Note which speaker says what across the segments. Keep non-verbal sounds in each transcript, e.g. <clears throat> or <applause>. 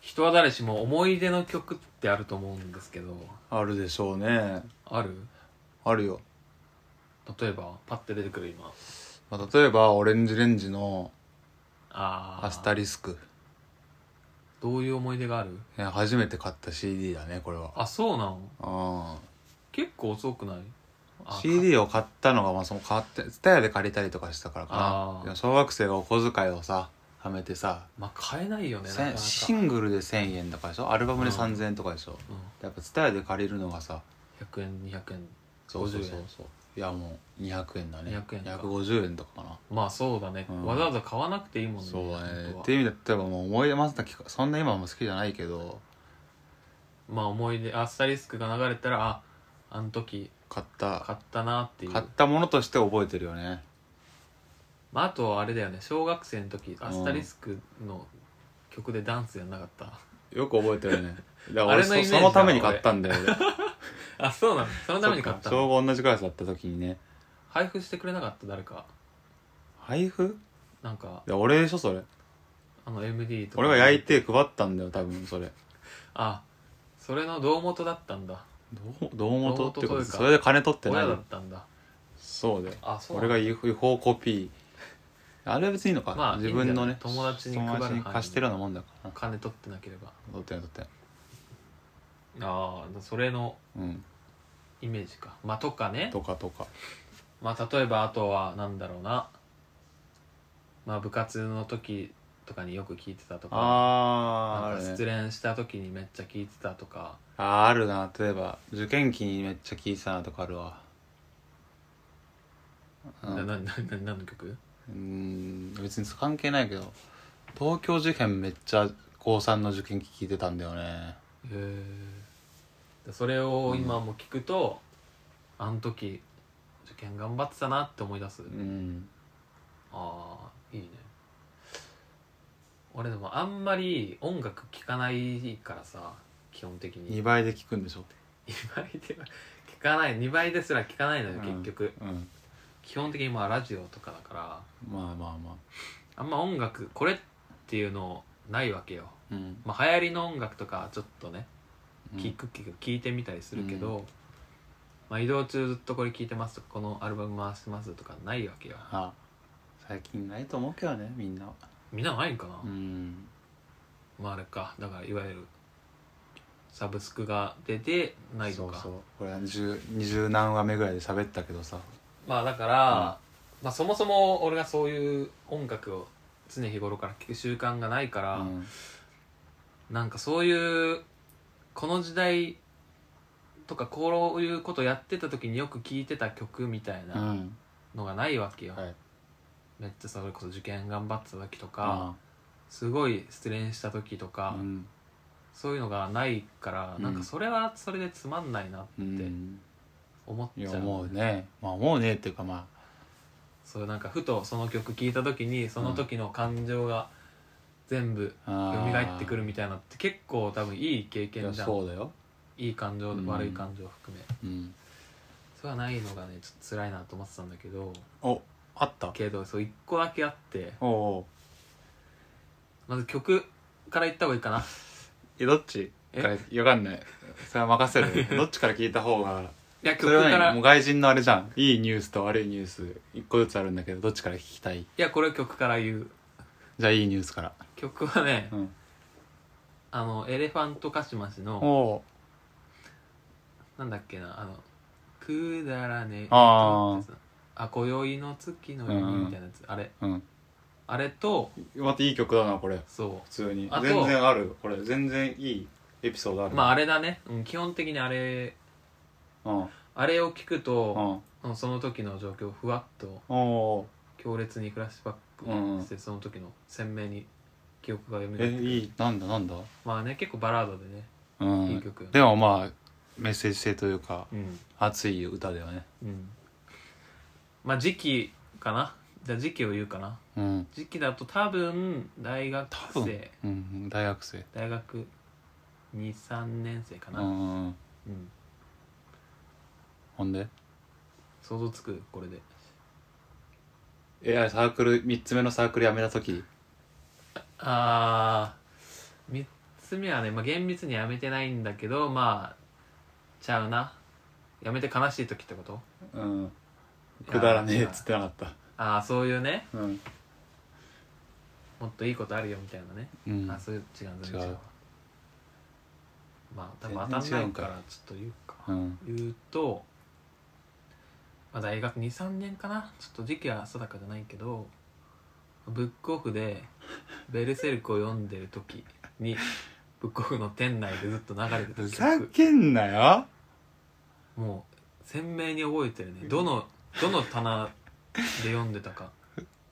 Speaker 1: 人は誰しも思い出の曲ってあると思うんですけど
Speaker 2: あるでしょうね
Speaker 1: ある
Speaker 2: あるよ、
Speaker 1: 例えばパッて出てくる今
Speaker 2: まあ、例えばオレンジレンジの「
Speaker 1: ああ
Speaker 2: アスタリスク
Speaker 1: どういう思い出がある」
Speaker 2: ね初めて買った CD だねこれは
Speaker 1: あそうなの
Speaker 2: あ
Speaker 1: 結構遅くないあか
Speaker 2: CD を買ったのがまあその買ってスタヤで借りたりとかしたからか
Speaker 1: あー
Speaker 2: なでも小学生がお小遣いをさ貯めてさ
Speaker 1: まあ買えないよねなかなか
Speaker 2: せんシングルで1000円とかでしょアルバムで
Speaker 1: うん
Speaker 2: 3000円とかでしょ、
Speaker 1: う
Speaker 2: やっぱスタヤで借りるのがさ
Speaker 1: ん、100円200円
Speaker 2: そうそう
Speaker 1: 50
Speaker 2: そう
Speaker 1: 円
Speaker 2: そういやもう200円だね
Speaker 1: 200円か
Speaker 2: 250円とかかな
Speaker 1: まあそうだね、
Speaker 2: うん
Speaker 1: わざわざ買わなくていいもんね
Speaker 2: そうだね
Speaker 1: 本当
Speaker 2: って
Speaker 1: は
Speaker 2: いう意味で例えばもう思い出ましたきそんな今も好きじゃないけど
Speaker 1: まあ思い出アスタリスクが流れたらああの時
Speaker 2: 買った
Speaker 1: 買ったなっていう
Speaker 2: 買ったものとして覚えてるよね
Speaker 1: まあ、あとはあれだよね小学生の時アスタリスクの曲でダンスやんなかった、
Speaker 2: よく覚えてるね
Speaker 1: <laughs>
Speaker 2: だから
Speaker 1: あ
Speaker 2: 俺
Speaker 1: れのイメー
Speaker 2: そ
Speaker 1: ジ
Speaker 2: そのために買ったんだよ俺
Speaker 1: あそうな
Speaker 2: <laughs>
Speaker 1: のそのために買った
Speaker 2: そっか小
Speaker 1: の
Speaker 2: 五同じクラスだった時にね
Speaker 1: 配布してくれなかった誰か
Speaker 2: 配布
Speaker 1: なんか
Speaker 2: いや俺でしょそれ
Speaker 1: あの MD とか
Speaker 2: 俺が焼いて配ったんだよ多分それ
Speaker 1: あそれの胴元だったんだ
Speaker 2: どうどうもとってこと
Speaker 1: どうもとというか
Speaker 2: それで金取ってない
Speaker 1: 親だ
Speaker 2: の
Speaker 1: ったんだ
Speaker 2: そうだよ
Speaker 1: あそう
Speaker 2: 俺が違法違法コピーあれは別にいいのか、
Speaker 1: まあ
Speaker 2: 自分の
Speaker 1: いい
Speaker 2: ね
Speaker 1: んじゃない友達に配る
Speaker 2: 友達に貸してるようなもんだからな
Speaker 1: 金取ってなければ
Speaker 2: 取ってない取ってない
Speaker 1: ああそれの
Speaker 2: うん
Speaker 1: イメージかまあとかね
Speaker 2: とかとか
Speaker 1: まあ例えばあとはなんだろうなまあ部活の時とかによく聞いてたとか
Speaker 2: あ
Speaker 1: なんか
Speaker 2: ーある
Speaker 1: 失
Speaker 2: ね
Speaker 1: 恋した時にめっちゃ聞いてたとか
Speaker 2: あーあるな例えば受験期にめっちゃ聴いてたなとかあるわう
Speaker 1: ななんなな何の曲
Speaker 2: うん別に関係ないけど東京受験めっちゃ高3の受験期聴いてたんだよね
Speaker 1: へえそれを今も聞くと、あの時受験頑張ってたなって思い出す、
Speaker 2: うん
Speaker 1: ああいいね俺でもあんまり音楽聴かないからさ基本的
Speaker 2: 2
Speaker 1: に
Speaker 2: 倍で聴くんでしょ
Speaker 1: 2倍では聞かない2倍ですら聞かないのよ
Speaker 2: うん
Speaker 1: 結局、
Speaker 2: うん
Speaker 1: 基本的にまあラジオとかだから
Speaker 2: まあまあま
Speaker 1: あんま音楽これっていうのないわけよ
Speaker 2: あうん
Speaker 1: まあ流行りの音楽とかちょっとね
Speaker 2: うん
Speaker 1: 聞くけど聞いてみたりするけど、
Speaker 2: う
Speaker 1: まあ、移動中ずっとこれ聞いてますとかこのアルバム回してますとかないわけよ
Speaker 2: あ最近ないと思うけどねみんなは
Speaker 1: みんなないんかな、
Speaker 2: うん
Speaker 1: まああれかだからいわゆるサブスクが出てない
Speaker 2: そ
Speaker 1: の
Speaker 2: う
Speaker 1: か
Speaker 2: そうこれは十二十何話目ぐらいで喋ったけどさ
Speaker 1: まあだから、まあ、そもそも俺がそういう音楽を常日頃から聴く習慣がないから、
Speaker 2: うん
Speaker 1: なんかそういうこの時代とかこういうことやってた時によく聴いてた曲みたいうなんのがないわけよ、
Speaker 2: はい
Speaker 1: めっちゃそれこそ受験頑張ってた時とか、
Speaker 2: あ
Speaker 1: すごい失恋した時と
Speaker 2: あ
Speaker 1: か、
Speaker 2: うん
Speaker 1: そういうのがないから、
Speaker 2: うん
Speaker 1: なんかそれはそれでつまんないなっ
Speaker 2: う
Speaker 1: て
Speaker 2: ん
Speaker 1: 思っ
Speaker 2: い
Speaker 1: ち
Speaker 2: や
Speaker 1: ゃう、
Speaker 2: 思うねまあ思うねっていうかま
Speaker 1: そうなんかふとその曲聴いた時にその時の感情が全部
Speaker 2: あ
Speaker 1: 蘇
Speaker 2: ああ
Speaker 1: ってくるみたいなのって結構多分いい経
Speaker 2: い
Speaker 1: 験
Speaker 2: や
Speaker 1: じゃ
Speaker 2: そ
Speaker 1: ん
Speaker 2: うだよ
Speaker 1: いい感情、
Speaker 2: うん
Speaker 1: 悪い感情含め
Speaker 2: うん
Speaker 1: それはないのがねちょっと辛いなと思ってたんだけど
Speaker 2: おあった
Speaker 1: けどそう一個だけあって
Speaker 2: おおう
Speaker 1: まず曲から言った方がいいかな
Speaker 2: えどっち
Speaker 1: え
Speaker 2: からわかんないそれは任せ
Speaker 1: <laughs>
Speaker 2: るどっちから聞いた方が
Speaker 1: いや
Speaker 2: そ
Speaker 1: 曲
Speaker 2: れは
Speaker 1: から
Speaker 2: 何もう外人のあれじゃんいいニュースと悪いニュース一個ずつあるんだけどどっちから聞きたい
Speaker 1: いやこれ曲から言う
Speaker 2: じゃあいいニュースから
Speaker 1: 曲はね、
Speaker 2: うん
Speaker 1: あのエレファントカシマシの
Speaker 2: おう
Speaker 1: なんだっけなあの「くだらねえ」
Speaker 2: あー
Speaker 1: ってやつあ今宵の月の意味みたいなやつ、あれ
Speaker 2: うん
Speaker 1: あれと
Speaker 2: またいい曲だなこれ
Speaker 1: そ
Speaker 2: 普通に
Speaker 1: あと
Speaker 2: 全然あるこれ全然いいエピソードあ
Speaker 1: う
Speaker 2: る
Speaker 1: まああれだね、うん、基本的にあれ
Speaker 2: うん
Speaker 1: あれを聞くと、
Speaker 2: うん
Speaker 1: うんその時の状況をふわっと
Speaker 2: おー
Speaker 1: 強烈にフラッシュバックして、その時の鮮明に記憶が
Speaker 2: え
Speaker 1: 蘇って
Speaker 2: いいなんだなんだ
Speaker 1: まあね結構バラードでね
Speaker 2: う
Speaker 1: いい
Speaker 2: ん
Speaker 1: 曲
Speaker 2: でもまあメッセージ性というか
Speaker 1: うん
Speaker 2: 熱い歌だよね
Speaker 1: うんまあ時期かなじゃあ時期を言うかな
Speaker 2: うん
Speaker 1: 時期だと多分大学
Speaker 2: 多分
Speaker 1: 生
Speaker 2: うん大学生
Speaker 1: 大学23年生か
Speaker 2: う
Speaker 1: な、うん
Speaker 2: んうんほんで
Speaker 1: 想像つくこれで
Speaker 2: えあれサークル3つ目のサークルやめた時
Speaker 1: ああ3つ目はね、まあ、厳密にやめてないんだけどまあちゃうなやめて悲しい時ってこと
Speaker 2: うんくだらねえっつってなかった
Speaker 1: ああそういうね
Speaker 2: うん、
Speaker 1: もっといいことあるよみたいなね、
Speaker 2: うん、
Speaker 1: あそういう違う全然違う
Speaker 2: 違う
Speaker 1: まあ多分当たんないからちょっと言うか
Speaker 2: うん
Speaker 1: 言うと、まあ、大学23年かなちょっと時期は定かじゃないけどブックオフで「ベルセルク」を読んでる時にブックオフの店内でずっと流れて
Speaker 2: ふ
Speaker 1: た
Speaker 2: ざ
Speaker 1: 曲
Speaker 2: けんなよ
Speaker 1: もう鮮明に覚えてるねどのどの棚で読んでたか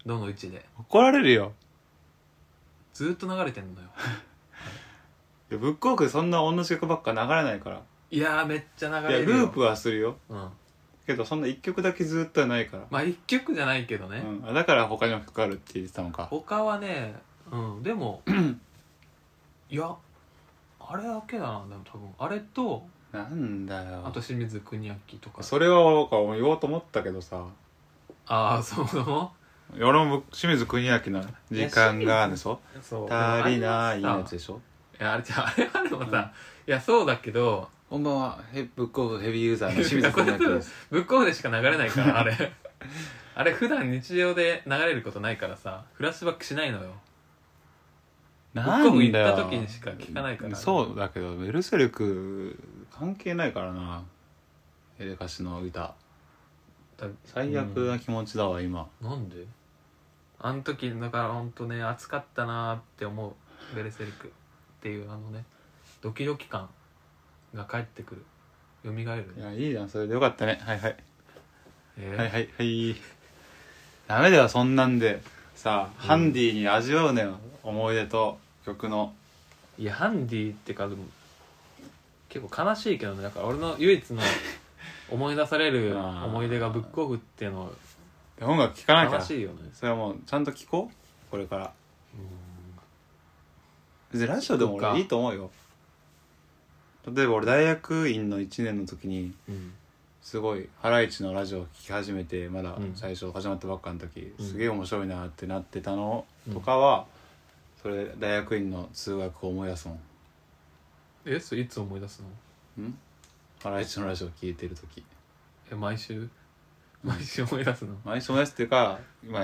Speaker 1: どの位置で
Speaker 2: 怒られるよ
Speaker 1: ずっと流れてんのよ
Speaker 2: いやブックオフでそんな同じ曲ばっか流れないか
Speaker 1: いやーめっちゃ流
Speaker 2: らいや
Speaker 1: れるよ
Speaker 2: ループはするよ
Speaker 1: うん
Speaker 2: けどそんな1曲だけずっとはないから、
Speaker 1: まあ一曲じゃないけどね、
Speaker 2: うん、あだから他にも曲あるって言ってたのか
Speaker 1: 他はねうんでも <clears throat> いやあれだけだなでも多分あれと
Speaker 2: なんだよ
Speaker 1: あと清水邦明とか
Speaker 2: それはなんか言おうと思ったけどさ
Speaker 1: ああそうなの
Speaker 2: 俺も清水邦明の「時間が」でしょ
Speaker 1: そ
Speaker 2: 「
Speaker 1: う
Speaker 2: 足りない」
Speaker 1: でもあれ
Speaker 2: のや
Speaker 1: は
Speaker 2: つ
Speaker 1: さ
Speaker 2: でしょ
Speaker 1: いやあれじゃあれはでもさ、いやそうだけど
Speaker 2: こんばんはヘブックオフヘビーユーザーの清水邦明です
Speaker 1: ぶっこフでしか流れないからあれあれ普段日常で流れることないからさフラッシュバックしないのよ
Speaker 2: <laughs> なんだ
Speaker 1: ブックオ
Speaker 2: よ
Speaker 1: フ行った時にしか聞かないから
Speaker 2: そうだけどベルセルク関係ないからなエレカシの歌
Speaker 1: だ
Speaker 2: 最悪な気持ちだわ、今
Speaker 1: なんであの時だから本当ね暑かったなーって思うベルセルクっていうあのねドキドキ感が帰ってくる蘇る
Speaker 2: い
Speaker 1: ね
Speaker 2: やいいじゃんそれでよかったねはいはい
Speaker 1: えー
Speaker 2: はいはいはいダメだよそんなんでさあ、
Speaker 1: うん
Speaker 2: ハンディに味わうのよ思い出と曲の
Speaker 1: いやハンディってかでも結構悲しいけどねだから俺の唯一
Speaker 2: <laughs>
Speaker 1: の思い出される思い出がブックオフっていうの
Speaker 2: で音楽聴かないか
Speaker 1: 悲
Speaker 2: ら
Speaker 1: しいよね
Speaker 2: それはもうちゃんと聴こうこれから
Speaker 1: うん
Speaker 2: 別にラジオでも
Speaker 1: 聴くか
Speaker 2: 俺いいと思うよ例えば俺大学院の1年の時に
Speaker 1: うん
Speaker 2: すごい「ハライチ」のラジオを聴き始めてまだ
Speaker 1: うん
Speaker 2: 最初始まったばっかの時、
Speaker 1: うん
Speaker 2: すげえ面白いなってなってたのとかは、それ大学院の通学を思い出すもん
Speaker 1: えそれいつ思い出すの
Speaker 2: うんハライチのラジオ聴いてる時
Speaker 1: え毎週毎週思い出すの
Speaker 2: 毎週同じっていうか今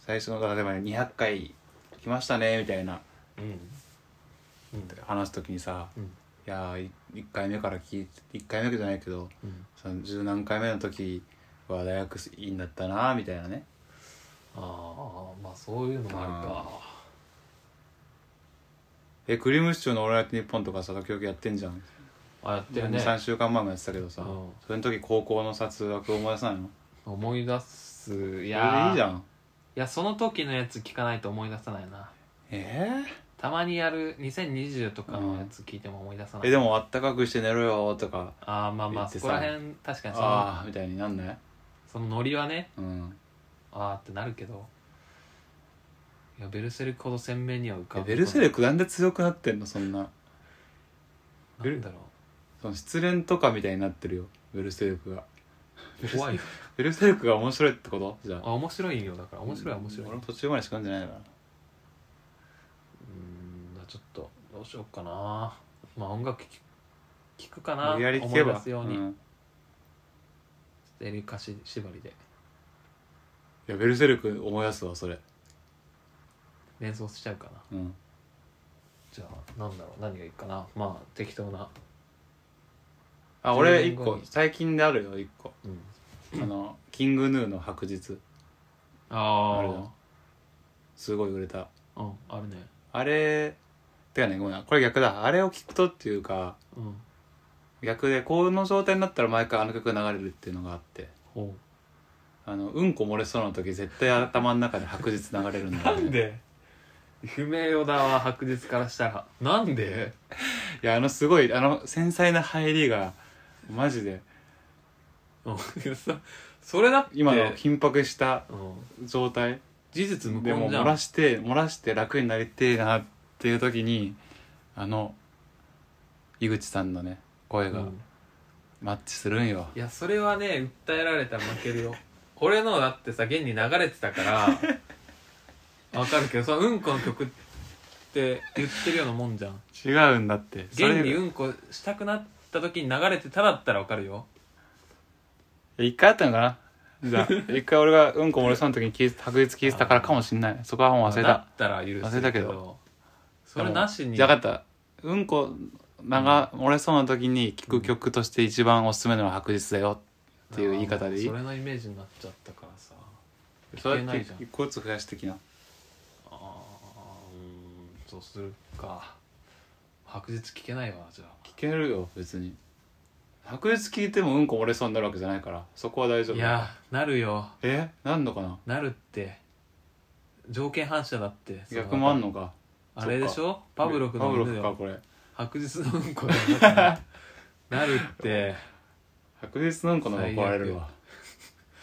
Speaker 2: 最初の例えば200回来ましたねみたいな
Speaker 1: うんうんだよ
Speaker 2: 話す時にさ
Speaker 1: うん
Speaker 2: いやー1回目から聞いて1回目じゃないけど
Speaker 1: うん
Speaker 2: その十何回目の時は大学院だったなーみたいなね
Speaker 1: ああまあそういうのもあるか
Speaker 2: えクリームシチューの「オールナイトニッポン」とかさ時々やってんじゃん、
Speaker 1: あやってるね
Speaker 2: 23週間前もやってたけどさ、
Speaker 1: うん
Speaker 2: それの時高校のさ通学思い出さないの
Speaker 1: 思い出すい
Speaker 2: い
Speaker 1: や
Speaker 2: いい
Speaker 1: んい
Speaker 2: じゃん
Speaker 1: やその時のやつ聞かないと思い出さないな
Speaker 2: え
Speaker 1: たまにやる2020とかのやつ聞いても思い出さ
Speaker 2: ー
Speaker 1: ない、
Speaker 2: えでもあったかくして寝ろよーとか
Speaker 1: ああまあま
Speaker 2: 言
Speaker 1: あ
Speaker 2: って
Speaker 1: そ
Speaker 2: さ
Speaker 1: こら辺確かにその
Speaker 2: ああみたいになんない
Speaker 1: そのノリはね
Speaker 2: うん
Speaker 1: ああってなるけどいやベルセルクほど鮮明には浮か
Speaker 2: え
Speaker 1: ぶ
Speaker 2: ベルセルクなんで強くなってんのそんな
Speaker 1: クなんだろ
Speaker 2: その失恋とかみたいになってるよベルセルクが
Speaker 1: う怖いよ
Speaker 2: ベルセルクが面白いってことじゃ
Speaker 1: あ
Speaker 2: あ
Speaker 1: 面白いよだから面白いは面白い
Speaker 2: 俺も途中までしか読んじゃないから
Speaker 1: うーんちょっとどうしようかなまあ音楽聴くかな
Speaker 2: 無理やり聞
Speaker 1: 思
Speaker 2: け
Speaker 1: い
Speaker 2: ば
Speaker 1: 出すように、
Speaker 2: ん、い
Speaker 1: エリカし縛りで
Speaker 2: やベルセルク思い出すわそれ
Speaker 1: 連想しちゃうかな
Speaker 2: うん
Speaker 1: じゃあなんだろう何がいいかなまあ適当な
Speaker 2: あ俺一個最近であるよ一個
Speaker 1: うん
Speaker 2: あのキングヌーの白日あるじ
Speaker 1: あ
Speaker 2: ゃんすごい売れた
Speaker 1: あうんあるね
Speaker 2: あれてかねごめんなこれ逆だあれを聞くとっていうか
Speaker 1: うん
Speaker 2: 逆でこの状態になったら毎回あの曲が流れるっていうのがあって
Speaker 1: ほ
Speaker 2: あのうんこ漏れそうな時絶対頭の中で白日流れるんだよね、
Speaker 1: で不明よだわ白日からしたらなんで
Speaker 2: いやあのすごいあの繊細な入りがマジで
Speaker 1: うんそそれだって
Speaker 2: 今の緊迫した
Speaker 1: うん、
Speaker 2: 状態
Speaker 1: 事実無
Speaker 2: でも
Speaker 1: 根
Speaker 2: う
Speaker 1: じゃ
Speaker 2: 漏
Speaker 1: ん
Speaker 2: らして漏らして楽になりてえなっていう時にあの井口さんのね声
Speaker 1: う
Speaker 2: が
Speaker 1: ん
Speaker 2: マッチするんよ、
Speaker 1: いやそれはね訴えられたら負けるよ俺のだ
Speaker 2: <laughs>
Speaker 1: ってさ現に流れてたからわかるけどそのうんこの曲って言ってるようなもんじゃん
Speaker 2: 違うんだってそ
Speaker 1: 現に
Speaker 2: れ
Speaker 1: うんこしたくなった時に流れてただったらわかるよ
Speaker 2: 一回あったのかなじゃあ一回俺がうんこ漏れそうな時に聞いて白日聞いてたからかもしんないそこはもう忘れ
Speaker 1: だ
Speaker 2: た
Speaker 1: ったら許
Speaker 2: 忘
Speaker 1: す
Speaker 2: れたけど
Speaker 1: それなしに
Speaker 2: じゃあ分かったうんこが漏れそうな時に聴く曲として一番おすすめなのは白日だよっていう言い方でいい
Speaker 1: あーもうそれのイメージになっちゃったからさ
Speaker 2: そ
Speaker 1: 聞
Speaker 2: うや
Speaker 1: け
Speaker 2: っ
Speaker 1: な
Speaker 2: て
Speaker 1: いじゃん
Speaker 2: 一個ずつ増やしてきな
Speaker 1: ああうーんそうするか白日聞けないわじゃあ
Speaker 2: 聞けるよ別に白日聞いてもうんこ漏れそうになるわけじゃないからそこは大丈夫
Speaker 1: いやなるよ
Speaker 2: えなんのかな
Speaker 1: なるって条件反射だって
Speaker 2: 逆もあんのか
Speaker 1: あれでしょパブロフの
Speaker 2: パブロ
Speaker 1: 犬
Speaker 2: フ
Speaker 1: だ
Speaker 2: か
Speaker 1: よ
Speaker 2: これ
Speaker 1: 白日のうんこだよ <laughs> だからなるって
Speaker 2: 白日のうんこの方が怒られるわ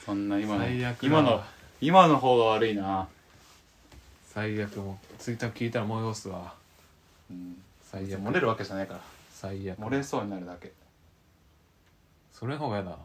Speaker 2: そんな今の
Speaker 1: 最悪だ
Speaker 2: 今の今の方が悪いな、
Speaker 1: 最悪もうツイッター聞いたら催すわ
Speaker 2: うん、
Speaker 1: 最
Speaker 2: いや
Speaker 1: 悪
Speaker 2: 漏れるわけじゃないから
Speaker 1: 最悪
Speaker 2: 漏れそうになるだけ
Speaker 1: それの方がやだな